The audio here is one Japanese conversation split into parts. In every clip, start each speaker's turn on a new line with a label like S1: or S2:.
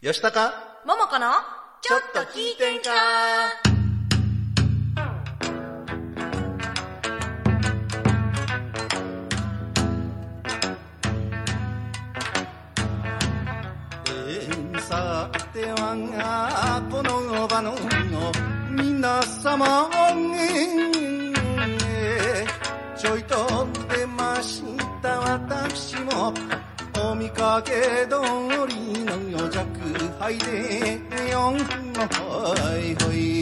S1: よしたか
S2: ももこのちょっと聞いてんか
S1: えーさてはこの場の皆様えーちょいと出ました私もお見かけ通りの弱敗でよんほいほい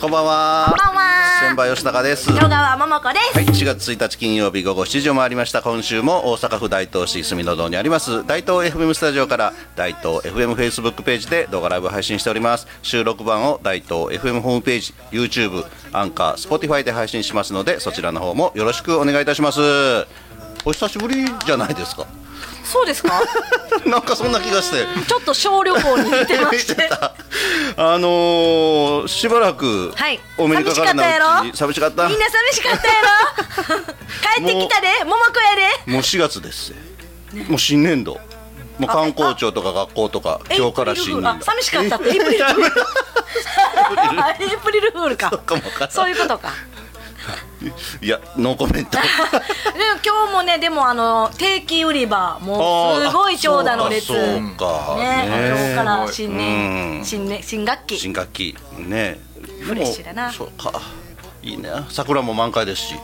S1: こんばんは
S2: こんばんは
S1: 千葉吉高です
S2: 野川ももこです、
S1: はい、4月1日金曜日午後7時を回りました今週も大阪府大東市住の堂にあります大東 FM スタジオから大東 FM フェイスブックページで動画ライブ配信しております収録版を大東 FM ホームページ YouTube アンカー Spotify で配信しますのでそちらの方もよろしくお願いいたしますお久しぶりじゃないですか
S2: そうです か
S1: なんかそんな気がして
S2: ちょっと小旅行に行ってまして
S1: たあのー、しばらく
S2: はい
S1: お目にかからないうちに寂しかった
S2: みんな寂しかったやろ 帰ってきたでももこやで
S1: もう4月です。もう新年度。もう観光庁とか学校とか
S2: え
S1: 今日から新年
S2: あ
S1: 度。
S2: 寂しかったエイプリルフール エイプリルフールか
S1: そうかもわからん
S2: そういうことか
S1: いやノーコメ ント。
S2: でも今日もねでもあの定期売り場もうすごい長蛇の列
S1: あーそうか
S2: ね
S1: ね
S2: 今日から新
S1: うん
S2: 年新年新学期
S1: 新学期ね。フ
S2: レッシュだな
S1: そうか。いいね。桜も満開ですし。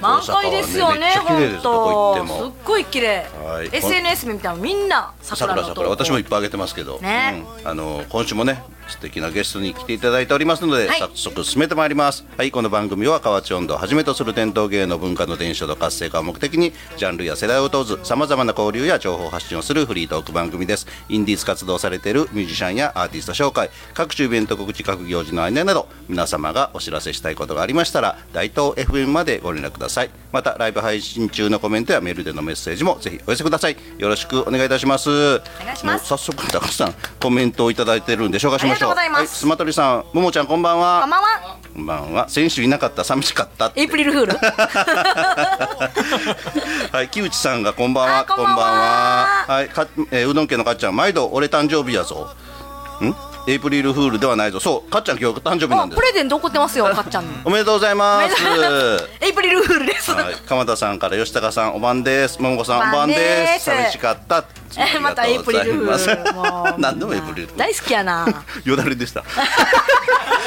S2: 満開ですよね
S1: 大阪はめっち
S2: 本
S1: ゃ綺麗ですどこ行
S2: 当
S1: って
S2: すっ
S1: も。
S2: ごい綺麗
S1: はい
S2: SNS 見たらみんな桜
S1: 桜
S2: の投
S1: 桜
S2: 稿
S1: 私もいっぱいあげてますけど、
S2: ね
S1: うんあの今週もね素敵なゲストに来ていただいておりますので、
S2: はい
S1: 早速進めてまいりますはいこの番組は河内音頭をはじめとする伝統芸能文化の伝承と活性化を目的にジャンルや世代を問わずさまざまな交流や情報発信をするフリートーク番組ですインディーズ活動をされているミュージシャンやアーティスト紹介各種イベント告知各行事の案内など皆様がお知らせしたいことがありましたら大東 FM までご連絡くださいまたライブ配信中のコメントやメールでのメッセージもぜひお寄せくださいよろしくお願いいたしますお
S2: 願いします
S1: 早速たくさんコメントをいただいてるんで紹介しま
S2: ありが
S1: しょう
S2: とうございます
S1: はスマトリさんももちゃんこんばんは
S2: こんばんは
S1: こんばんは先週いなかった寂しかったって
S2: エイプリル フール
S1: はい木内さんがこんばんは
S2: あこんばんは
S1: はいか、えーうどん家のかっちゃん毎度俺誕生日やぞんエイプリルフールではないぞそうかっちゃん今日誕生日なんで
S2: あ
S1: す
S2: プレゼント送ってますよかっ ちゃん に
S1: おめでとうございます
S2: おめでとうございまエイプリルフールです
S1: はい、鎌田さんから吉高さんおばんです桃子さんおばんです
S2: おばんです
S1: 寂しかった
S2: え またエイプリルフールもう
S1: 何でもエイプリルフール
S2: 大好きやな
S1: よだれでした。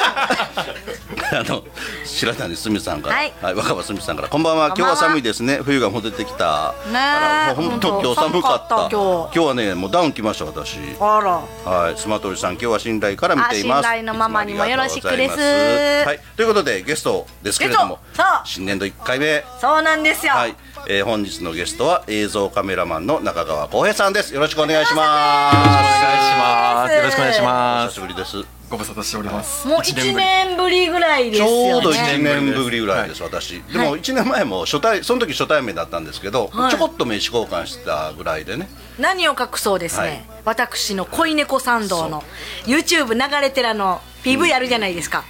S1: あの白谷すみさんから、は
S2: はいい
S1: 若葉すみさんからこんばんは
S2: こん
S1: 今
S2: ばん
S1: 日
S2: は
S1: は寒いですね冬が戻ってきた
S2: ねえ
S1: あら本当
S2: 本当
S1: 今日寒かった
S2: 寒かった今日
S1: はねもうダウン来ました私
S2: あら
S1: はいスマトリさん今日は信頼から見ています
S2: あ信頼のママにもよろしくです
S1: いつもありがとうございますはいということでゲストですけれども
S2: ゲストさあ
S1: 新年度1回目
S2: そうなんですよ、
S1: はい、えー本日のゲストは映像カメラマンの中川光平さんですよろしくお願いします
S3: お願いします。よろしくお願いし
S1: お久
S3: ます。
S1: しぶりです
S3: ご無沙汰しております。
S2: もう1年ぶりぐらいです
S1: ちょ
S2: よね
S1: うど1年ぶりぐらいです、私でも1年前も初対その時初対面だったんですけど、
S2: はい
S1: ちょこっと名刺交換したぐらいでね
S2: 何を隠そうですね、
S1: はい
S2: 私の恋猫参道の YouTube 流れてらの PV あるじゃないですか、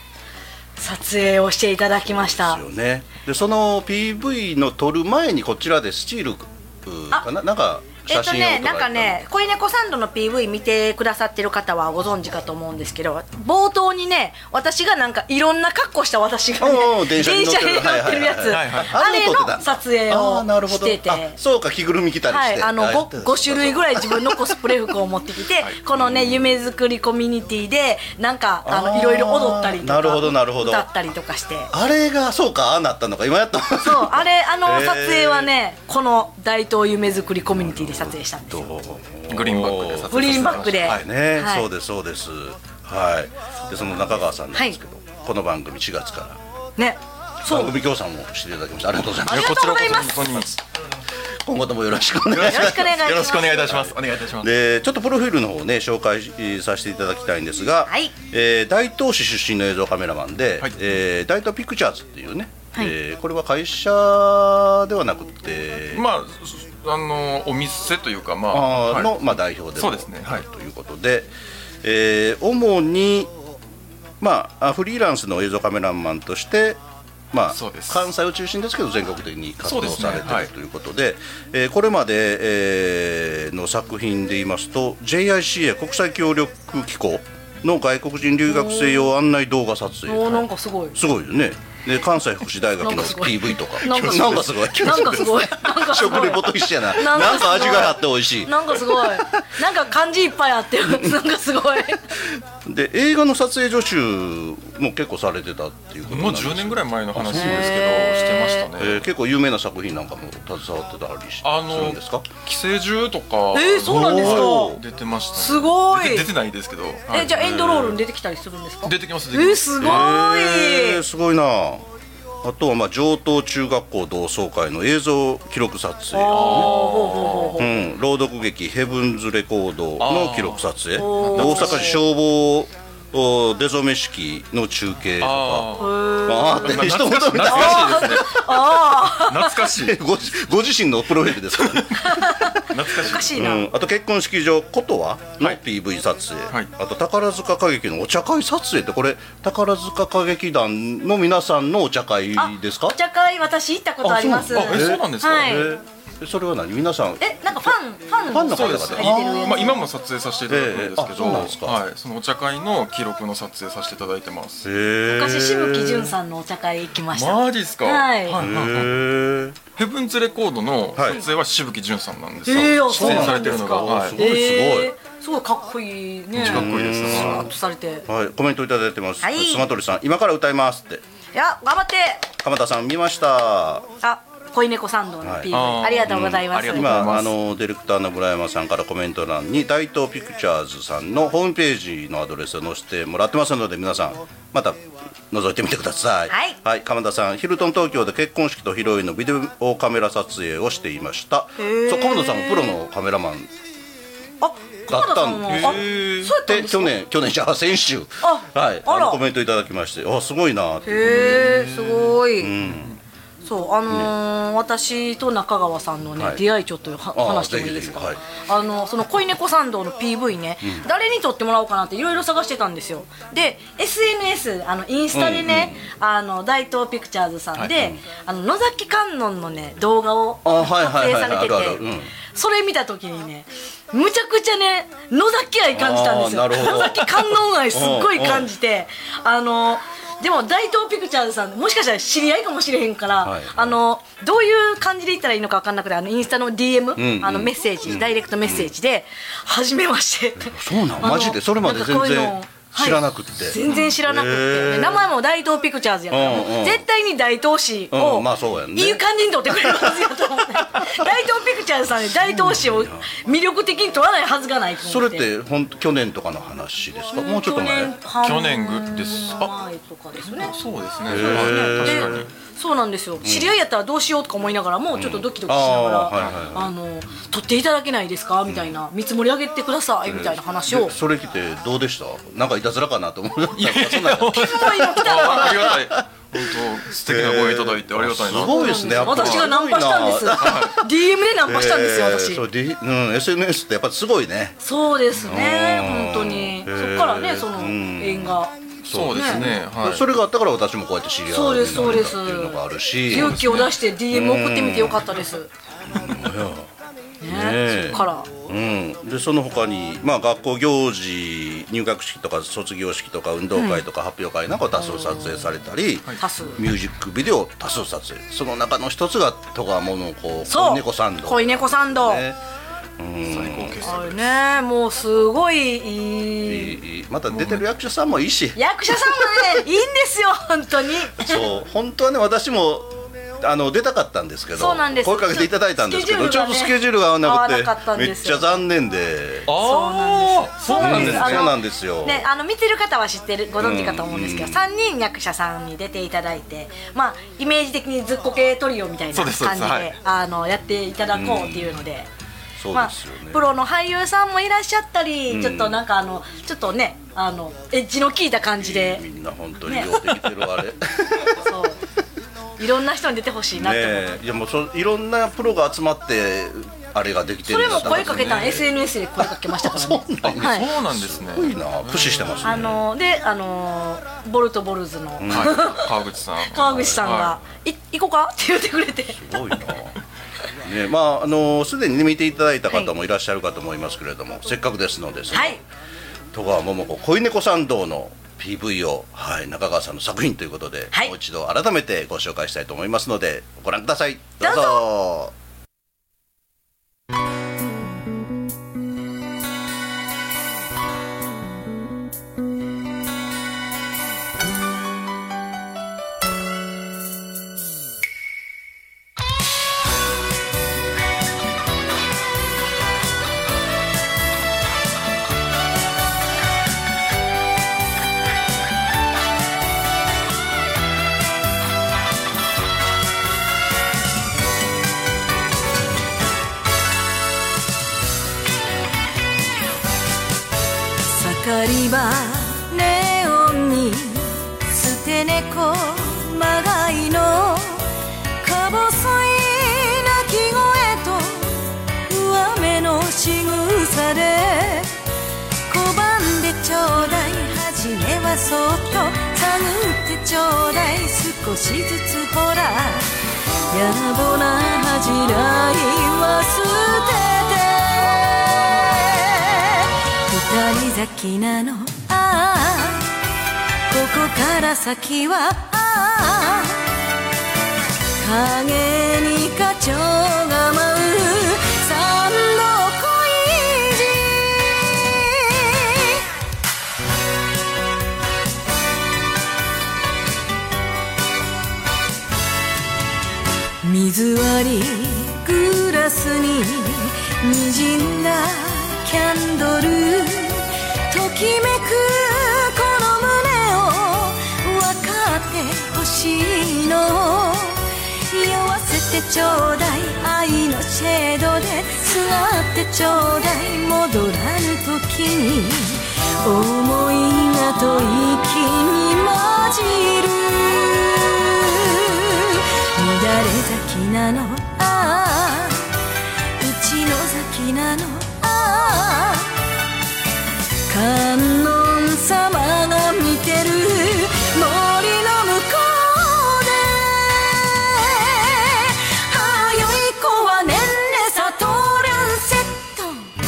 S2: 撮影をしていただきまし
S1: で
S2: た
S1: すよねでその PV の撮る前にこちらでスチールうかななんか
S2: え
S1: 写
S2: っとね
S1: 真を撮ら
S2: な
S1: れ
S2: ん
S1: た
S2: か
S1: の
S2: ね恋猫サンドの PV 見てくださってる方はご存知かと思うんですけど冒頭にね私がなんかいろんな格好した私が、ね
S1: おうおう、電車に乗ってる
S2: 電車に乗ってるやつ、
S3: はいはいはい
S2: あれ
S1: 撮ってた
S2: の撮影
S1: あーなる
S2: を
S1: ほど
S2: してて
S1: あそうか着ぐるみ着たりし
S2: は
S1: て、
S2: い、あの 5, 5種類ぐ
S1: い
S2: らい自分のコスプレ服を持ってきて、このね夢作りコミュニティでなんかあ
S1: あー
S2: のいろいろ踊ったりとか
S1: なるほどなるほど
S2: 歌ったりとかして
S1: あれがそうかああなったのか今やったのか
S2: そうあれあの
S1: へー
S2: 撮影はね、この大東夢作りコミュニティで撮影したんですよ
S3: グリーンバックで撮影させていただきました
S2: グリーンバックで
S3: はい
S1: ね、
S2: はい
S1: そうですそうですはいでその中川さんなんですけど、この番組4月から
S2: ねそう
S1: 番組協賛もしていただきましたありがとうございま
S2: あ
S1: す
S2: りがとうございます
S3: こちらこそ本当に
S1: 今後ともよろしくお願いします
S2: よろしくお願いします
S3: よろしくお願いいたします。お願いいたします。
S1: でちょっとプロフィールの方をね紹介えーさせていただきたいんですが、
S2: はい
S1: えー大東市出身の映像カメラマンで、
S3: はい
S1: えー大東ピクチャーズっていうね、
S2: はい
S1: えーこれは会社ではなくて、
S3: まあそあのお店というかまあ
S1: あー
S3: はい
S1: の、まあ、代表で
S3: そ
S1: も
S3: うですねはい
S1: ということで、えー主に、まあ、あフリーランスの映像カメラマンとして、まあ
S3: そうです
S1: 関西を中心ですけど全国的に活動されて
S3: そうですねはい
S1: るということでえーこれまで、えーの作品で言いますと JICA 国際協力機構の外国人留学生用案内動画撮影
S2: おーなんかすごい
S1: すごいよねで関西福祉大学
S2: なん
S1: の
S2: かすごい
S1: PV とか
S2: なんかすごいなんかすごいなんかすご
S1: 食
S2: い
S1: レポと一緒やな
S2: な
S1: なん
S2: か
S1: ん
S2: すごい
S1: か味があって美味しい
S2: なんかすごいなんか漢字いっぱいあ ってなんかすごい
S1: で映画の撮影助手も結構されてたっていうこと
S3: も
S1: な
S3: うん
S1: です
S3: 10
S1: よ
S3: 年ぐらい前の話ですけど
S2: へー
S3: してました
S1: えー
S3: ね
S1: 結構有名な作品なんかも携わってたりし
S3: あ
S1: する
S3: の
S1: んですか
S3: 寄生獣とか
S2: えーそうなんですか
S3: おー出てましたね
S2: すごい
S3: 出て出てないですけどはい
S2: えじゃあエンドロールに出てきたりするんですか
S3: 出てきます
S2: え
S3: 出てきます
S2: すごい、
S1: えーすごいなあとはまあ上東中学校同窓会の映像記録撮
S2: あーほ
S1: 影
S2: うほうほうほう
S1: うん、朗読劇「ヘブンズ・レコード」の記録撮影で
S2: おー
S1: 大阪市消防お出初め式の中継とか
S3: あー
S1: あー って一言みたいな
S3: 懐かしいですね
S2: あ
S3: 懐かしい
S1: ご自ご自身のプロフィールですからね
S3: 懐かし
S2: あ
S3: い
S2: おかしいうな、
S1: ん、あと結婚式場ことはの
S3: はい
S1: PV 撮影、
S3: はい
S1: あと宝塚歌劇のお茶会撮影ってこれ宝塚歌劇団の皆さんのお茶会ですか
S2: お茶会私行ったことあります
S1: あそう
S3: あえそうなんですか
S2: はい
S1: えーそれは何皆さん
S2: えなんかファンファン
S1: ファンの方
S3: そう
S1: 々
S3: です。まあ今も撮影させていただいてるんですけ
S1: ええあ
S3: ど、
S1: そうなんですか
S3: はい、そのお茶会の記録の撮影させていただいてます。
S2: 昔
S1: 昔
S2: しぶきじゅんさんのお茶会行きました、
S3: マジですか。
S2: はい
S3: はいヘブンズレコードの撮影はしぶきじゅんさんなんですよ。
S2: ええあそ
S3: 出
S2: う
S3: 演さ
S2: な
S3: れ
S2: ん
S3: て
S2: で
S3: る
S2: す
S3: の
S2: か
S3: が、は
S1: す
S3: い
S1: ご、いすごい
S2: えーすごいかっこいいね
S3: かっこいいです
S2: ス
S3: ね
S2: ワ。ッとされて
S1: はい、コメントいただいてます、
S2: はい
S1: スマトリさん今から歌いますって
S2: いや頑張って
S1: 鎌田さん見ました
S2: あ恋猫参道の PV、
S3: はいあー
S2: ありがとうございます、
S3: うんありがとうござい
S1: 今
S3: ます
S1: あのディレクターの村山さんからコメント欄に大東ピクチャーズさんのホームページのアドレスを載せてもらってますので皆さんまた覗いてみてください
S2: はい
S1: 鎌田さんヒルトン東京で結婚式と披露宴のビデオカメラ撮影をしていましたそう鎌田さんもプロのカメラマンっ
S2: あ鎌田さんもあ
S1: だ
S2: そう
S1: った
S2: や
S1: ん
S2: ったんです
S1: て去
S2: かへ
S1: 年去年じゃあ先週
S2: あ
S1: はい
S2: あ
S1: あ
S2: ら
S1: のコメントいただきましてあすごいなって
S2: えすごい、そうあのー私と中川さんのね、
S1: はい
S2: 出会いちょっとは
S1: あ
S2: 話してもいいですか
S1: ぜひぜ
S2: あのその恋猫参道の PV ね、誰に撮ってもらおうかなっていろいろ探してたんですよで SNS あのインスタでね、あの大東ピクチャーズさんで、あの野崎観音のね動画を
S1: あはい
S2: 撮
S1: はいはい
S2: 影
S1: はい
S2: されて
S1: あるあるう
S2: て
S1: ん
S2: それ見た時にねむちゃくちゃね野崎愛感じたんです
S1: あ
S2: よ
S1: ーなるほど
S2: 野崎観音愛すっごい感じてあのでも大東ピクチャーズさんもしかしたら知り合いかもしれへんから、
S1: はい
S2: あのどういう感じで言ったらいいのか分かんなくてあのインスタの DM、
S1: んうん
S2: あのメッセージ、ダイレクトメッセージで「はじめまして」
S1: そうなの
S2: あの
S1: マジでそれまで
S2: なんかこういうの
S1: 全然知らなくって
S2: はい全然知らなくって、
S1: へー
S2: 名前も大東ピクチャーズやから、
S1: うんうん
S2: 絶対に大東市を、
S1: うんまあそうやんね
S2: いい感じに撮ってくれますよと思 って大東ピクチャーズさんで大東市を魅力的に撮らないはずがないと思
S1: それってほんと去年とかの話ですかもうちょっと前
S2: 去
S3: 去年ぐですあ
S2: 前とかですね
S3: そうですね。
S1: ー
S3: はい
S2: で
S3: 確かに。
S2: そうなんですよ、知り合いやったらどうしようとか思いながらもうちょっとドキドキしなが
S1: あーはいはい
S2: ら「あの取っていただけないですか?」みたいな「見積もり上げてください」みたいな話を
S1: でそれ来てどうでしたなんかいたずらかなと思ったんですかそんな
S3: あ
S1: んじゃない
S2: 今来たの
S3: あありがたい。本当素敵な声いただいてありがたいな。
S1: すごいですねやっぱり
S2: 私がナンパしたんです DM でナンパしたんですよ
S1: えー
S2: 私
S1: そう、D うん、SNS ってやっぱすごいね
S2: そうですね
S1: うん
S2: 本当に
S1: え
S2: そ
S1: ー
S2: っからねその
S1: うん
S2: 縁が
S3: そうですね。はい。
S1: それがあったから私もこうやって知り合い
S2: そうですそうです
S1: になれたっていうのがあるし
S2: 勇気を出して DM 送ってみてよかったですね
S1: え
S2: そっから
S1: うん、でその他にまあ学校行事入学式とか卒業式とか運動会とか発表会なんかを多数撮影されたり、
S2: 多数
S1: ミュージックビデオ多数撮影その中の一つが戸川モノコ
S2: そう
S1: 猫サンド
S2: 恋猫サンド
S1: ね
S3: 最高傑
S2: あ
S3: 作
S2: れ
S3: です。
S2: ねもうすごいいい
S1: いいいいまた出てる役者さんもいいし
S2: 役者さんもねいいんですよ本当に
S1: そう本当はね私もあの出たかったんですけど
S2: そうなんです
S1: 声かけていただいたんですけど
S2: ち
S1: ち
S2: ょ
S1: ょ
S2: っ
S1: っ
S2: と
S1: と
S2: ス
S1: ス
S2: ケ
S1: ケ
S2: ジ
S1: ジ
S2: ュ
S1: ュ
S2: ー
S1: ー
S2: ル
S1: ル
S2: が合
S1: が合
S2: わ
S1: わ
S2: な
S1: な
S2: く
S1: く
S2: て
S1: て
S2: 合わなかったん
S1: め
S2: で
S1: っ
S2: す
S1: ち
S2: よ
S1: ゃ残念で
S3: ああ、そうなんです
S2: あ
S1: そ
S3: ね。
S1: う
S2: の
S1: なんですよ
S2: ね、あの見てる方は知ってるご存知かと思うんですけど、三人役者さんに出ていただいて、まあイメージ的にずっこけトリオみたいな
S3: そう
S2: 感
S3: で
S2: じで
S3: すそうですはい
S2: あのやっていただこうっていうので、
S1: そう
S2: まあ
S1: ですよね、
S2: プロの俳優さんもいらっしゃったり、ちょっとなんかあのちょっとねあのエッジの効いた感じで、
S1: みんな本当にようできてるわ あれね
S2: そういろんな人に出てほしいなって思う。
S1: えいやもうそいろんなプロが集まってあれができて
S4: そ
S1: る
S4: れ
S1: んだ
S4: も
S1: った
S4: 声かけたん
S3: ね
S4: SNS で声かけましたから
S1: そ
S4: ね
S1: うな
S3: あ
S1: んや
S4: はい
S3: そうなんですね。
S1: すごいなプッシュしてます
S4: あ
S1: ね
S4: のであのボルトボルズの
S3: はい、川口さん。
S4: 川口さんが
S3: は
S4: 「い行こうか?」って言ってくれて
S1: すごいな。ね、まああのすでにね見ていただいた方もいらっしゃるかと思いますけれども、せっかくですので、その
S4: はい
S1: 戸川桃子恋猫参道の PV をはい中川さんの作品ということで、
S4: はい
S1: もう一度改めてご紹介したいと思いますのでご覧ください。どうぞ。
S4: どう盛り場ネオンに捨て猫まがいのか細い鳴き声と上目の仕草で拒んでちょうだい初めはそっと探ってちょうだい少しずつほらやぼな恥じらいは捨てて二人咲きなのああここから先はああ影に花鳥が舞う三度恋路水割りグラスに滲んだキャンドルときめくこの胸を分かってほしいの酔わせてちょうだい愛のシェードで座ってちょうだい戻らぬ時に思いが吐息に混じる乱れ咲きなのああうちの咲きなのああ観音様が見てる森の向こうではよい子はねんねさトランセット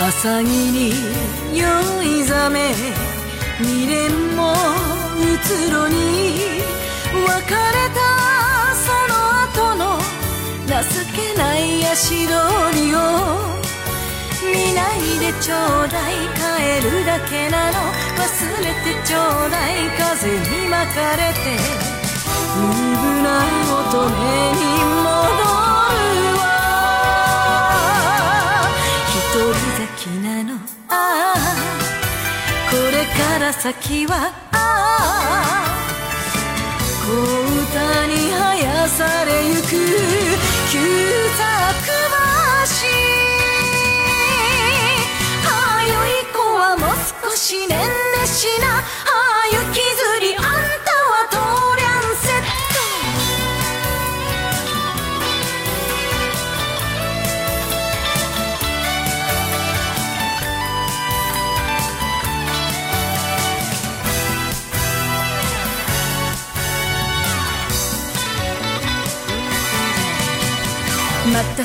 S4: 朝霧に酔いざめ未練もうつろに別れたその後の情けない足取りを見ないでちょうだい帰るだけなの忘れてちょうだい風に巻かれて無ぶな乙女に戻るわ一人咲きなのああこれから先はああ小唄に生やされゆく旧作橋はよい子はもう少しねんねしなはよきずりあんたはトーリャンセットまた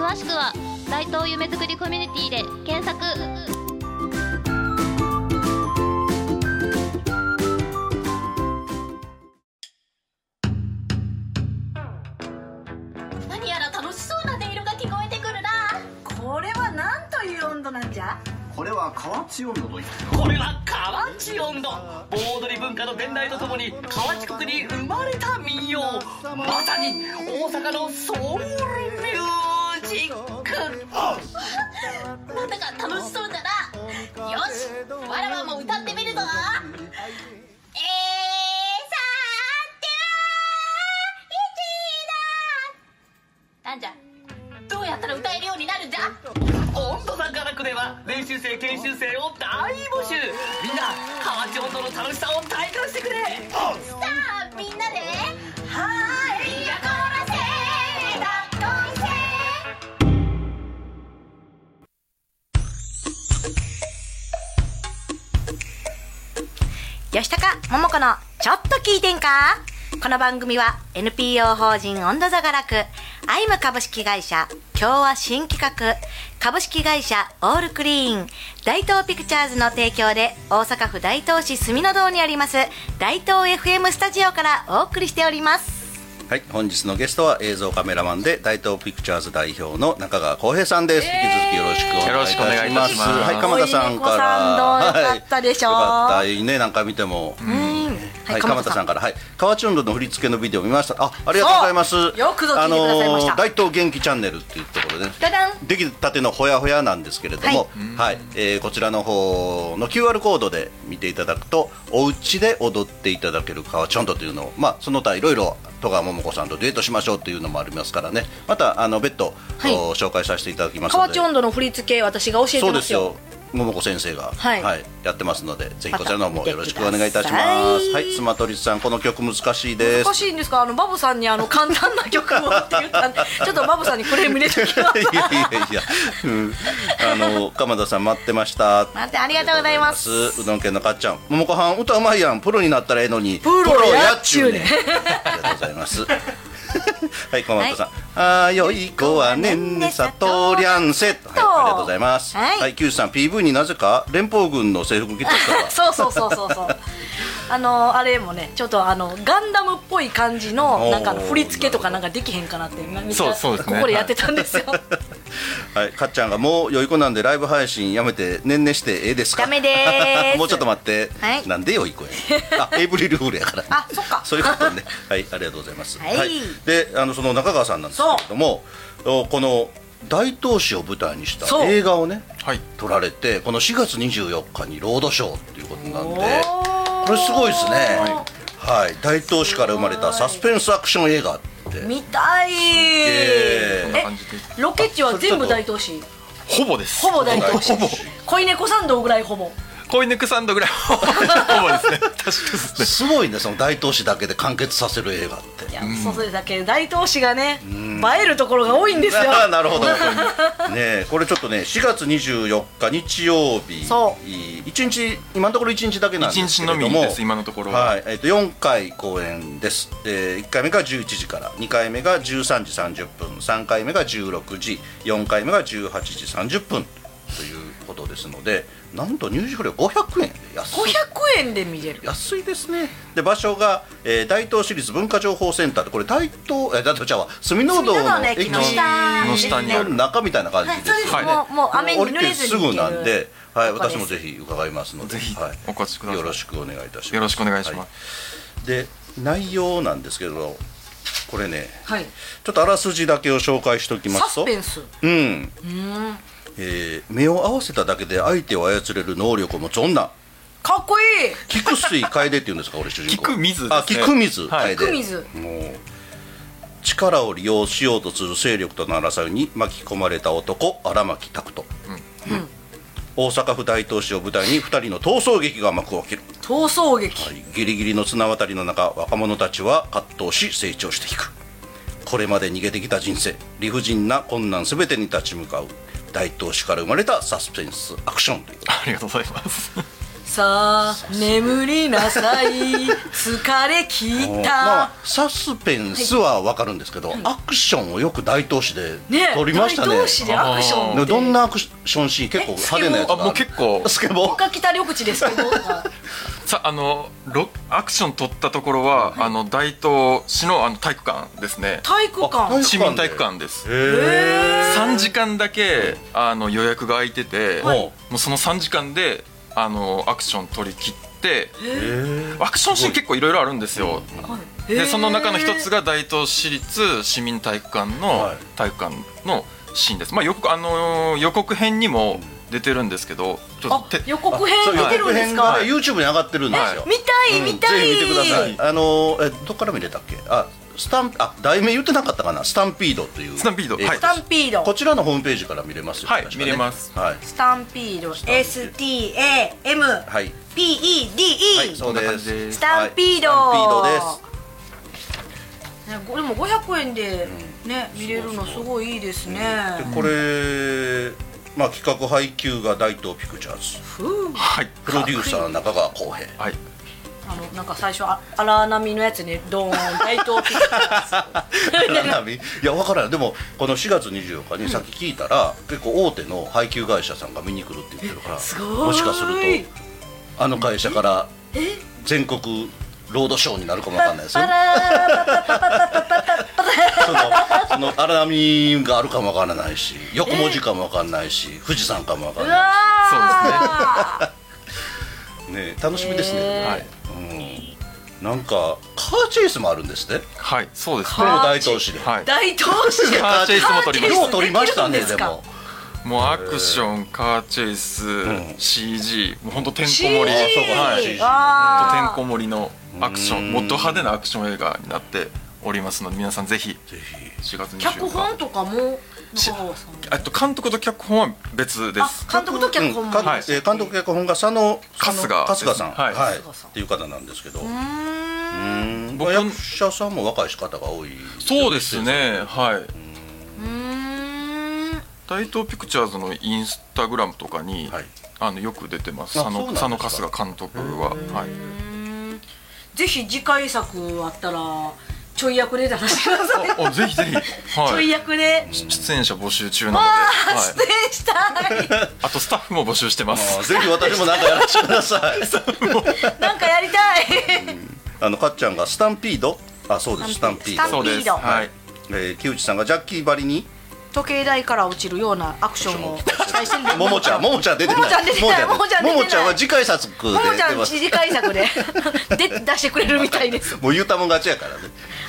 S5: 詳しくは大東夢作りコミュニティで検索
S6: 何やら楽しそうな音色が聞こえてくるな
S2: これはなんという温度なんじゃ
S7: これは河内温度といって
S4: これは河内音頭盆踊り文化の伝来とともに河内国に生まれた民謡まさに大阪のソウルミュージック
S6: なんだか楽しそうだなよしわらわも歌ってみるぞえーさーてーいちーだなんじゃどうやったら歌えるようになるんじゃ
S4: 音頭さんからくでは練習生研修生を大募集みんな河内音頭の楽しさを体感してくれ
S6: さあみんなではーいやこらせーだどいせー
S2: 吉高桃子のちょっと聞いてんかこの番組は NPO 法人温度座が楽アイム株式会社今日は新企画株式会社オールクリーン大東ピクチャーズの提供で大阪府大東市住の堂にあります大東 FM スタジオからお送りしております
S1: はい、本日のゲストは映像カメラマンで大東ピクチャーズ代表の中川浩平さんです。引き続きよろしくお願いいたします。
S3: よろしくお願いいたします
S1: はい、鎌田さ
S2: おいで
S1: んから。
S2: こさんどうよかったでしょう
S1: はいよかったいいね、何回見ても。はい、鎌田さんから、はい、河内音頭の振り付けのビデオ見ました。あ、ありがとうございます。
S2: そうよくぞ聞いてくださいました
S1: あのー大東元気チャンネルっていうところでね。
S2: ダダン
S1: できたてのほやほやなんですけれども、はい、えーこちらの方の QR コードで見ていただくと、お家で踊っていただけるかちょんとというのを、まあその他いろいろ戸川桃子さんとデートしましょうというのもありますからね。またあの別途、
S2: はい
S1: お紹介させていただきます
S2: 河
S1: ので。
S2: 内温度の振り付け私が教え
S1: そ
S2: て
S1: うで
S2: ますすよ
S1: よ。桃子先生が、
S2: はい
S1: やってますので、ぜひ
S2: ま
S1: こ
S2: た
S1: ちらの方もよろしくお願いいた
S2: 見て
S1: します。
S2: ください
S1: はい、スマトリスさん、この曲難しいです。
S2: 難しいんですかあのバブさんにあの簡単な曲をって言ったんでちょっとバブさんにクレーム入れておきま
S1: いやい
S2: す
S1: やいや、うん、あの鎌田さん待ってました。
S2: 待ってありがとうございます
S1: うどん県のかっちゃん、桃子はん歌うまいやん、プロになったらええのに。プ
S2: ロやっちゅうねん
S1: ロやっちゅうねんありがとうござ います。はい、鎌田さん、あーよい子はねんねさとりゃんせ。はい、ありがとうございます。
S2: はい
S1: はい、キュウジさん、PV になぜか連邦軍の制服着てたか ら。
S2: そうそうそうそうそう。あのあれもねちょっとあのガンダムっぽい感じのなんかあの
S1: おー
S2: 振り付けとかなんかできへんかなってみんな
S3: そうそうですね
S2: ここでやってたんですよ。
S1: はい、かっちゃんがもう良い子なんでライブ配信やめてねんねしてええですか
S2: ダメです
S1: もうちょっと待って、
S2: はい
S1: なんで良い子やねんあエイプリルフールやから、ね、
S2: あそっか
S1: そういうことね はいありがとうございます
S2: はい
S1: であのその中川さんなんですけれどもおこの大東市を舞台にした
S2: そう
S1: 映画をね
S3: はい
S1: 撮られてこの4月24日にロードショーっていうことなんで
S2: おー
S1: これすごいですねはい、大東市から生まれたサスペンスアクション映画って
S2: 見たい。
S1: え
S3: こんな
S2: え
S3: 感じで
S2: ロケ地は全部大東市。
S3: ほぼです
S2: ほぼ大東市
S1: ほぼ。
S2: 恋猫参道ぐらいほぼ。
S3: 恋猫サンドぐらいほぼです ね確かですね
S1: すごいねその大東市だけで完結させる映画って
S2: いや、そうそれだけ大東市がね映えるところが多いんですよ。
S1: あー なる ほど。ねえこれちょっとね、4月24日日曜日、
S2: そ
S1: 一日今のところ一日だけなんですけれども、
S3: 一日のみです今のところは
S1: はい、えっ、と4回公演です。えー、1回目が11時から、2回目が13時30分、3回目が16時、4回目が18時30分ということですので、なんと入場料500円安い
S2: 500。円で見れる。
S1: 安いですねで場所が、えー大東市立文化情報センターでこれ大東えー、大東ちゃんは隅の道
S2: 隅の道
S1: の
S2: の
S1: 駅
S2: 駅の下
S3: の下にある
S1: 中みたいな感じ
S2: はい、
S1: です
S2: そうです。
S3: はい
S2: もうもう雨に
S1: 降り
S2: 濡
S1: て
S2: れずに
S1: す
S2: 行
S1: ぐ
S2: ける
S1: なんで、はい、
S2: とこで
S1: 私
S2: す
S1: もぜひ伺いますので、
S3: ぜひ
S1: はい
S3: お越しください
S1: よろしくお願いいたします。
S3: よろしくお願いし
S1: は
S3: ます
S1: いで、内容なんですけど、これね、
S2: はい。
S1: ちょっとあらすじだけを紹介しておきま
S2: サ
S1: すと、
S2: スペンス。
S1: うん、えー目を合わせただけで相手を操れる能力を持つ女。
S2: かっこいい。
S1: 菊水楓って言うんですか、俺主人公。
S3: 菊水ですね
S1: あ、菊水楓。
S3: はい
S2: 菊水
S1: もう力を利用しようとする勢力との争いに巻き込まれた男荒牧拓人、うん大阪府大東市を舞台に2人の逃走劇が幕を開ける、
S2: 逃走劇。
S1: はいギリギリの綱渡りの中若者たちは葛藤し成長していくこれまで逃げてきた人生理不尽な困難全てに立ち向かう大東市から生まれたサスペンスアクションという
S3: ありがとうございます
S2: さあ眠りなさい疲れ 切っ
S1: まあ
S2: た、
S1: サスペンスは分かるんですけど、アクションをよく大投資で
S2: ね
S1: 撮りましたね
S2: 大投資でアクションって
S1: どんなアクションシーン結構派手なやつ
S3: あ
S1: が
S3: もう結構
S1: スケボー
S2: 他北緑地 ですけどとか
S3: さあのロアクション取ったところは、あの大東市のあの体育館ですね
S2: 体育
S1: あ
S2: 館
S3: 市民体育館です3時間だけあの予約が空いてて、
S1: はい
S3: もうその3時間であのアクション取り切ってアクションシーン結構いろいろあるんですよ、
S2: へー
S3: でその中の一つが大東市立市民体育館の
S1: はい
S3: 体育館のシーンです、まあ、よくあのー予告編にも出てるんですけどちょ
S2: あ
S3: っとて
S2: 予告編
S1: そう
S2: 見て
S1: 予
S2: る
S1: 告
S2: んです
S1: 編が
S2: か
S1: ね YouTube に上がってるんですよ
S2: 見たい見たい、
S1: ぜひ見てくださいあのえどっから見れたっけあスタンあ題名言ってなかったかなスタンピードという
S3: スタンピード
S1: 映画です
S2: スタンピード
S1: こちらのホームページから見れますよ
S3: はい
S1: 確かね
S3: 見れます
S1: はい
S2: スタンピード
S1: ン
S2: STAMPEDE、
S1: はいはいそう
S3: こんな
S1: で
S3: 感じですす
S2: スタンピード
S1: はいスタンピードです
S2: ね、ごでも500円で、ね見れるのすごいいいですね、
S1: でこれ、まあ、企画配給が大東ピクチャーズ
S2: ふう
S3: はい
S1: プロデューサーの中川浩 平
S3: はい
S2: あのなんか最初あ荒波のやつにドーン大東ピ
S1: なみいや分からんでもこの4月24日にさっき聞いたら、結構大手の配給会社さんが見に来るって言ってるから
S2: すごい
S1: もしかするとあの会社から全国ロードショーになるかもわかんないですよ
S2: パラーパパパパパパパパ
S1: そのその荒波があるかもわからないし横文字かもわかんないし富士山かもわかん
S2: う
S1: な
S2: わ
S1: いね楽しみですね、
S2: へー
S3: はい、
S1: うん、なんかカーチェイスもあるんですね
S3: はい、そうです
S1: これ
S3: ね
S1: も大投資で、
S3: は
S2: ー 大東市
S3: カーチェイスも撮りました
S1: よう取りましたね
S2: できる
S1: で
S2: んですか
S1: も
S3: い、もうアクション、カーチェイス、
S1: ん
S3: CG もう本当てんこ
S2: CG
S3: 盛り
S1: あそうか
S3: はい、
S1: CG
S3: てん
S2: あ
S3: こ盛りのアクショ
S1: う
S3: ン
S1: ん
S3: もっと派手なアクション映画になっておりますので皆さんぜひ
S1: ぜひ
S3: 4月
S2: ー
S3: 24日
S2: 脚本とかも中川さん
S3: えっと監督と脚本は別で
S2: あ
S3: す
S2: 監督と脚
S1: う
S2: 本
S1: ん
S2: も、
S1: か
S2: う
S3: はい
S1: えー監督脚本が佐野
S3: 春日
S1: 佐野春日さん、
S3: は
S1: は
S3: い
S1: い、
S2: 春日さん
S1: っていう方なんですけど、
S2: ーん
S1: うん
S3: 僕
S1: 役者さんも若い方が多い
S3: そうですねはい
S2: うん
S3: 大東ピクチャーズのインスタグラムとかに、
S1: はい
S3: あのよく出てます
S1: あ
S3: 佐野
S1: そう
S3: 佐
S1: なん
S3: 野
S1: ですか
S3: 春日監督ははい
S2: ぜひ次回作あったらちょい役で出してください
S3: ああぜひ ぜひ
S2: ちょ
S3: はいい
S2: 役で
S3: 出演者募集中なので、
S2: わあ
S3: は
S2: 出
S3: い、
S2: 演したい
S3: あとスタッフも募集してま
S1: あー
S3: す
S1: ぜひ私もなんかやらせてくださ い
S2: なんかやりたい
S1: あのかっちゃんがスタンピードあそうですスタンピード
S2: スタ
S3: そう
S2: ンピード
S3: ですはい
S1: えー、木内さんがジャッキーばりに
S2: 時計台から落ちるようなアクションを期待してるんだよ
S1: ももちゃんももちゃん出てない
S2: ももちゃん出てないももちゃん出てない
S1: ももちゃんは次回作で
S2: ももちゃ
S1: 出
S2: ん
S1: ます
S2: 次回作 でで出してくれるみたいです
S1: もう言うたもん勝ちやからね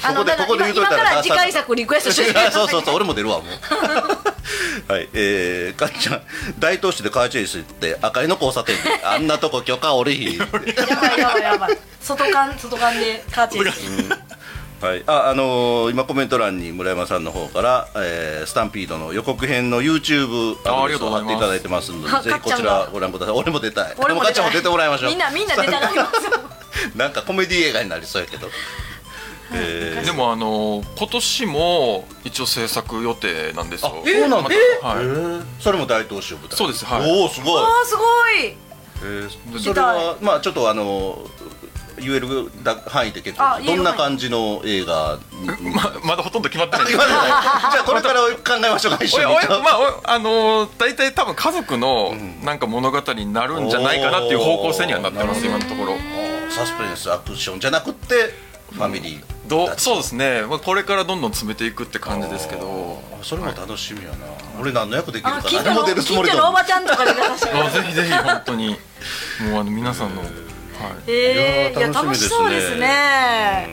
S2: あ
S1: ここ
S2: の
S1: で
S2: だ
S1: こ
S2: か
S1: こで
S2: ら
S1: 言うと
S2: 今
S1: いた
S2: からら次回作リクエストしてくれる
S1: そうそうそう俺も出るわもう はいえー、かっちゃん大東市でカーチェイス行って赤いの交差点であんなとこ許可おりひん
S2: やばいやばいやばい外観外観でカーチェイス
S1: はい、あ、あのー今コメント欄に村山さんの方から、えースタンピードの予告編の YouTube
S3: あ
S1: アド
S3: あ
S1: レ
S3: り
S1: ス
S3: が
S1: を
S3: とうご
S1: 貼
S3: ざ
S1: っ
S3: い
S1: てい
S3: ます
S1: ただいてますので
S2: あ
S1: ぜひこ
S2: かっ
S1: ち
S2: ちゃんが
S1: らご覧ください俺も出たい
S2: 俺も
S1: でかっ
S2: 出
S1: ちゃん
S2: た
S1: も出てもらいましょう
S2: みんなみんな出た がります
S1: なんかコメディ映画になりそうやけど、えー
S3: でもあの今年も一応制作予定なんですよ。
S1: あそうなんだ
S3: またはい。
S1: それも大東市を舞台
S3: そうですはい
S1: おおすごい
S2: あーすごい
S1: えー
S2: い
S1: それはまあちょっとあの言える範囲で結
S2: あ
S1: 構
S2: 言える範囲
S1: どんな感じの映画に
S3: ままだほとんど決まってないんです
S1: 言われないじゃあこれから考えましょうか一
S3: お
S1: 緒
S3: や
S1: に
S3: おやまあおやあのー大体多分家族のなんか物語になるんじゃないかなっていう方向性にはなってます
S1: おー
S3: 今のところ
S1: あーサスペンスアクションじゃなくってファミリー
S3: ど
S1: た
S3: う
S1: ち
S3: そうですね、まあ、これからどんどん詰めていくって感じですけど
S1: あそれも楽しみやな、俺何の役できる
S2: あの
S1: か
S2: 近
S1: 何
S2: 所
S1: も
S2: の
S1: 出る
S2: 近
S1: つもり
S2: 所
S1: だ
S2: のおばちゃんとかで出させてくれ
S3: あ
S2: る
S3: ぜひぜひ本当にもうあの皆さんの、はい、
S2: えー、 い
S1: いや
S2: や
S1: ー
S2: 楽しそうですね。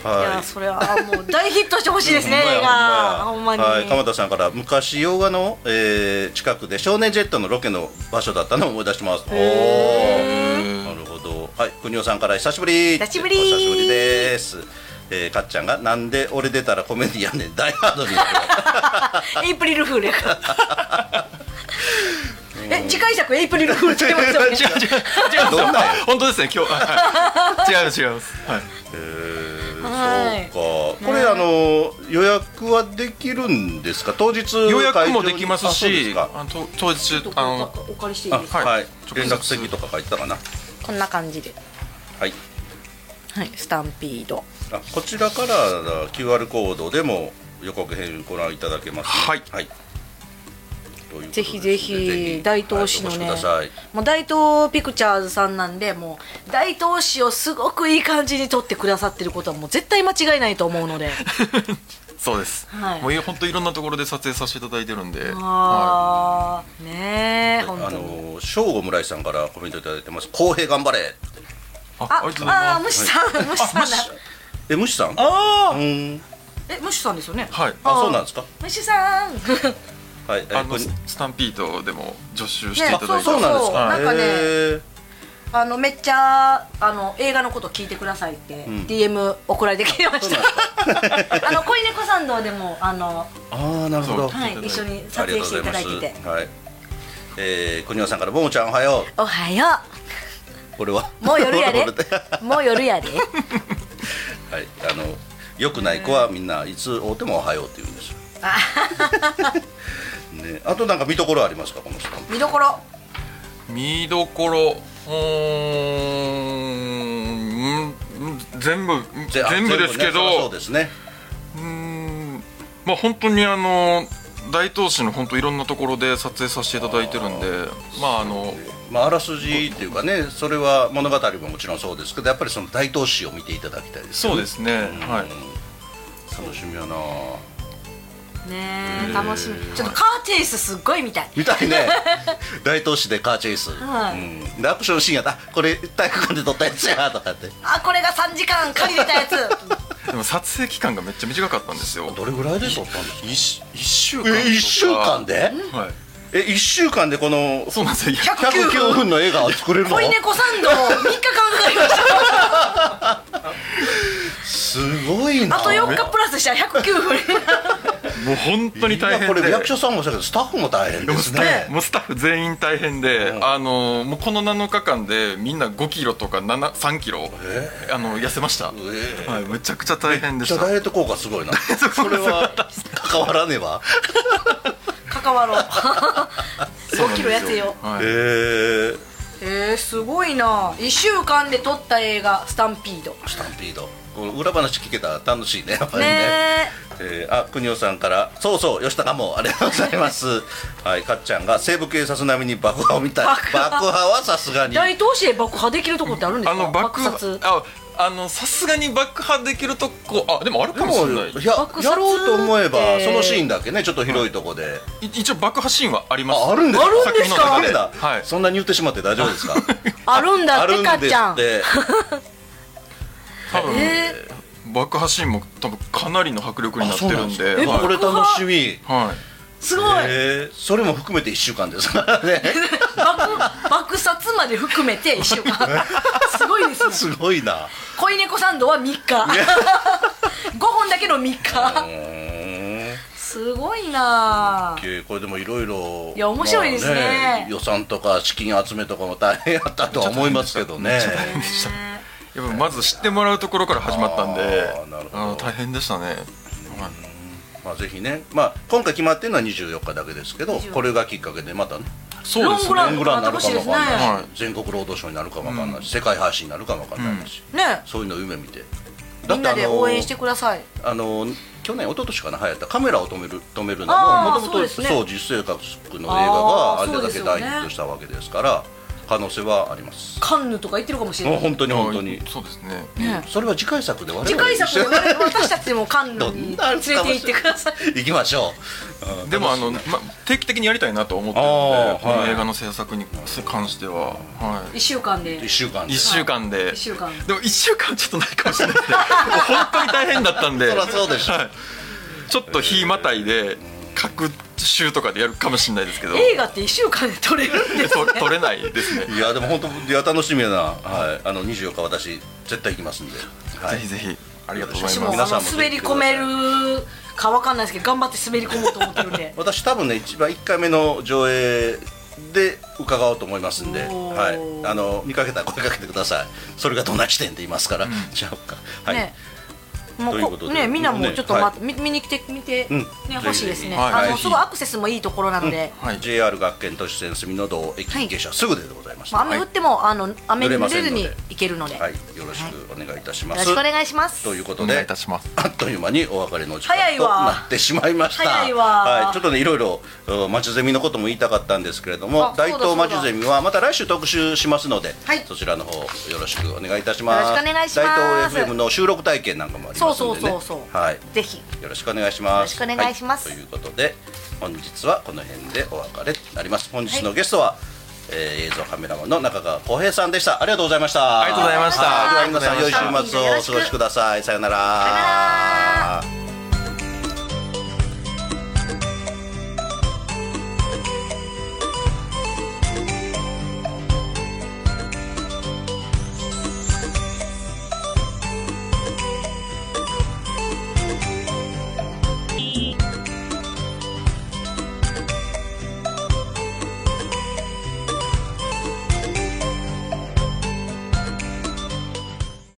S2: いや
S1: は
S2: それはもう大ヒットしてほしいですね映画
S1: ほ
S2: ほ
S1: ん
S2: ん
S1: ま
S2: ま
S1: や
S2: に。
S1: はい、鎌田さんから昔洋画の、えー近くで少年ジェットのロケの場所だったのを思い出しますおーなるほどはい国尾さんから久しぶり
S2: 久しぶり
S1: お久しぶりですえー、かっちゃんがなんで俺出たらコメディやねんダイハードになる
S2: エイプリルフールやから。 え次回作エイプリルフールって言ってました よね。
S3: 違う違う違う
S1: どんなんや
S3: 本当ですね今日、はいはい違います違います、はい、
S1: えー
S2: はい
S1: そうかこれ、あの予約はできるんですか当日
S3: 予約
S1: 会場
S3: も
S1: に
S3: できます
S1: あそうで
S3: し
S1: か
S3: あと当日
S2: ちょっと
S3: あ
S2: お
S3: の
S2: お借りしていい
S1: あ
S2: です
S1: は
S2: か
S1: い、
S3: はい
S1: 連絡先とか書いてたかな
S2: こんな感じで
S1: はい
S2: はいスタンピード
S1: あこちらから QR コードでも予告編ご覧いただけますね
S3: はい
S1: ということですね
S2: ぜひぜひ大東市のね、
S1: はいお越しください
S2: もう大東ピクチャーズさんなんでもう大東市をすごくいい感じに撮ってくださってることはもう絶対間違いないと思うので
S3: そうです、
S2: はい
S3: もう本当いろんなところで撮影させていただいてるんで、
S2: あ
S3: は
S2: あねえ本
S1: あ
S2: 当に
S1: の正吾村井さんからコメントいただいてます。公平頑張れ。
S3: い、あ
S2: あ
S3: ありがとうござい
S2: ああー
S3: ます
S2: 虫さん虫さんだ
S1: え、虫さん。
S3: あ
S1: うーん。
S2: え虫さんですよね
S3: はい
S1: あ、そうなんですか。
S2: 虫さん ね
S1: はい。え
S3: あ
S1: こ
S3: の
S1: んに
S3: スタンピードでも助手していただいた、
S2: そうそう
S1: そうなんで
S2: そ
S1: す
S2: う
S1: か。
S2: なんかね
S1: へー
S2: あのめっちゃあの映画のこと聞いてくださいって、DM 送られてきてました あの恋猫参道でもあの、
S1: ああ、なるほど。
S3: そう
S2: はい、一緒に撮影していただいてて
S1: はい。えー、小庭さんからももちゃんおはよ
S2: おはよう
S1: う。これは。
S2: もう夜やで
S1: これ。
S2: もう夜や で。
S1: はい。あの良くない子はみんないつ会うてもおはようって言うんですよ。ね、あとなんか見どころありますかこの人。
S2: 見どころ。
S3: 見どころうーんうん全部
S1: ぜあ
S3: 全部ですけ
S1: 全ねそう
S3: ど、
S1: ですね。
S3: うーんまあ本当にあの大東市の本当いろんなところで撮影させていただいてるんでまああの
S1: まあ、あらすじっていうかねそれは物語ももちろんそうですけどやっぱりその大投資を見ていただきたいです
S3: そう
S1: よね
S3: ですね、はい
S1: うん楽しみやな
S2: ねえ、楽しみ。ちょっとカーチェイスすっごいみたい。
S1: 見たいね 大投資でカーチェイス、
S2: はい
S1: うん、でアクションシーンやったこれ体育館で撮ったやつやとかって
S2: あ、これが3時間借りてたやつ。
S3: でも撮影期間がめっちゃ短かったんですよ
S1: どれぐらいで撮ったんですか
S3: 一週一週間とか
S1: え一週間で
S3: はい
S1: え一週間でこの
S3: そうなんですよいや
S1: 109分の映画を作れるの
S2: 恋猫参道、3日間かかりました。
S1: すごいな
S2: あと4日プラスしたら109分。
S3: もう本当に大
S1: いやこ
S3: 変で
S1: れ役所さんもそうだけどスタッフも大変
S3: で
S1: で
S3: も
S1: す
S3: スタッ
S1: ね
S3: フもうスタッフ全員大変で、
S1: うん
S3: あのもうこの7日間でみんな5キロとか7 3キロ、あの痩せました、はい、むちゃくちゃ大変で
S1: じ
S3: し
S1: ゃあ
S3: た
S1: ダイエット効果すごいな それは関わらねば
S2: 関わろう。
S3: そうな
S2: 5
S3: んです
S2: キロ痩せよ
S3: はい
S1: えー、
S2: う。えー、すごいな。1週間で撮った映画、スタンピード。
S1: スタンピードこの裏話聞けたら楽しいねやっぱりね
S2: ね
S1: えーあ国尾さんから「そうそう吉高もありがとうございます」 はいかっちゃんが西部警察並みに爆破を見たい
S2: 爆破
S1: 爆破はさすが
S2: え。
S1: に
S2: 大東市で爆破できるとこってあるんです
S3: あ
S2: か
S3: の爆
S2: 殺
S3: ああのさすがに爆破できるとこあでもある
S1: で
S3: かもし
S1: も
S3: れない
S1: や
S2: 爆殺
S1: やろうと思えば
S2: って
S1: そのシーンだけねちょっと広いとこで、
S3: いい一応爆破シーンはあります
S1: ああるんですか
S3: 作品の
S1: ダ
S3: 中
S1: メ
S3: で
S1: だ、
S3: はい
S1: そんなに言ってしまって大丈夫ですか
S2: あるんだってかっちゃん。
S1: て
S3: 多分、
S2: え
S3: 爆破シーンも多分かなりの迫力になってるんで
S1: え
S3: はい
S1: これ楽しみ
S3: はい
S2: すごい。
S1: えーそれも含めて1週間 ですからね
S2: 爆爆殺まで含めて1週 間すごいですね
S1: すごいな
S2: 恋猫サンドは3日5本だけの3日
S1: うーん
S2: すごいなぁ
S1: これでもいろいろ
S2: いや面白いですね
S1: まあ予算とか資金集めとかも大変やったとは思いますけ どね
S3: やっぱまず知ってもらうところから始まったんで
S1: あーなるほど
S3: あの大変でしたね、はい
S1: まあぜひね、まあ、今回決まってるのは24日だけですけどこれがきっかけでまたね
S3: そうですね
S2: ロン
S1: 年
S2: グ
S1: ぐ
S2: ラ
S1: らい
S2: ンと
S1: に
S2: か楽
S1: なるか
S2: しい
S1: も
S2: です
S1: わか
S2: ね
S1: んない、
S3: はい
S1: 全国労働省になるかもわかんないし、世界配信になるかもわかんないし、
S2: ね
S1: そういうの夢見て
S2: みんなで
S1: だってあの
S2: 応援してください
S1: あの去年一昨年かな流行ったカメラを止める止めるの
S2: あー
S1: ももとも
S2: そう
S1: と
S2: ですね
S1: そう実生活の映画が
S2: あ
S1: あ
S2: ー
S1: れ
S2: そう
S1: だ
S2: です
S1: け
S2: よね
S1: 大ヒットしたわけですから可能性はあります
S2: カンヌとか言ってるかもしれ
S1: も
S2: な
S1: う
S2: い
S1: 本当に本当に
S3: そうですね
S2: ね
S1: それは次回作で我々
S2: 次回作
S1: 一緒に
S2: で私たちもカンヌに連れて行ってください
S1: 行きましょう、うん
S3: でもあの、ま、定期的にやりたいなと思ってるんで、
S1: あー
S3: この
S1: はい
S3: 映画の制作に関しては、は
S2: 1週間で
S1: 1週間
S3: い、
S1: で
S3: 1週間で、
S2: 1週間
S3: でも1週間ちょっとないかもしれないですね 本当に大変だったんで
S1: そりゃそうでしょ
S3: ちょっと日またいで各週とかでやるかもしれないですけど
S2: 映画って1週間で撮れるんです
S3: と撮れないですね、
S1: いやでも本当いや楽しみやな、はい、あの24日私絶対行きますんで、はい、
S3: ぜひぜひありがとうござ
S2: 私
S3: い
S2: も
S3: ま
S2: あ
S3: す
S1: 皆さん
S2: の
S1: も
S2: 滑り込めるかわかんないですけど頑張って滑り込もうと思ってるんで
S1: 私多分ね一番1回目の上映で伺おうと思いますんで、
S2: おー
S1: はい、あの見かけたら声かけてくださいそれがどんな視点でいますから、じゃあかはい、
S2: ねも
S1: と
S2: う
S1: いう
S2: こ
S1: ことで
S2: ねみんなもちょっとま
S1: ね
S2: 見見に来てみて
S1: うん
S2: ね欲しいですね。
S3: ぜひはい
S2: あ
S3: ぜ
S2: の
S3: ひ
S2: すごいアクセスもいいところなので、
S3: はい
S1: JR 学研都市線住の堂駅下車すぐでございました
S2: まあ雨降ってもあの雨に
S1: 濡れま
S2: 濡
S1: せ
S2: れ
S1: ん
S2: ず
S1: ので
S2: に行けるので、
S1: はい
S2: よ
S1: よろしくお願いいたしま
S2: ろ
S1: す
S2: しくお願いします。
S1: ということ
S3: お願い
S1: で
S3: いたします
S1: あっという間にお別れの時
S2: 早
S1: 間
S2: い
S1: と
S2: わ
S1: なってしまいました
S2: 早いわ
S1: はい、ちょっとねいろいろうん町ゼミのことも言いたかったんですけれども
S2: あそう
S1: 大
S2: だ
S1: 東町ゼミはまた来週特集しますので、
S2: はい
S1: そちらの方よろしくお願いいたします
S2: よろしくお願いします
S1: 大東 FM の収録体験なんかもあり
S2: そ
S1: ま
S2: う
S1: すん
S2: そ
S1: で
S2: う
S1: ね
S2: そうそう。
S1: はい
S2: ぜひ
S1: よろしくお願いします。
S2: よろしくお願いします
S1: はということで本日はこの辺でお別れとなります。本日のゲストは、えー映像カメラマンの中川浩平さんでした。ありがとうございました。
S3: ありがとうございました
S1: はいでは皆さん良い週
S2: ありがとうございました
S1: 末をお過ごしください。さようなら。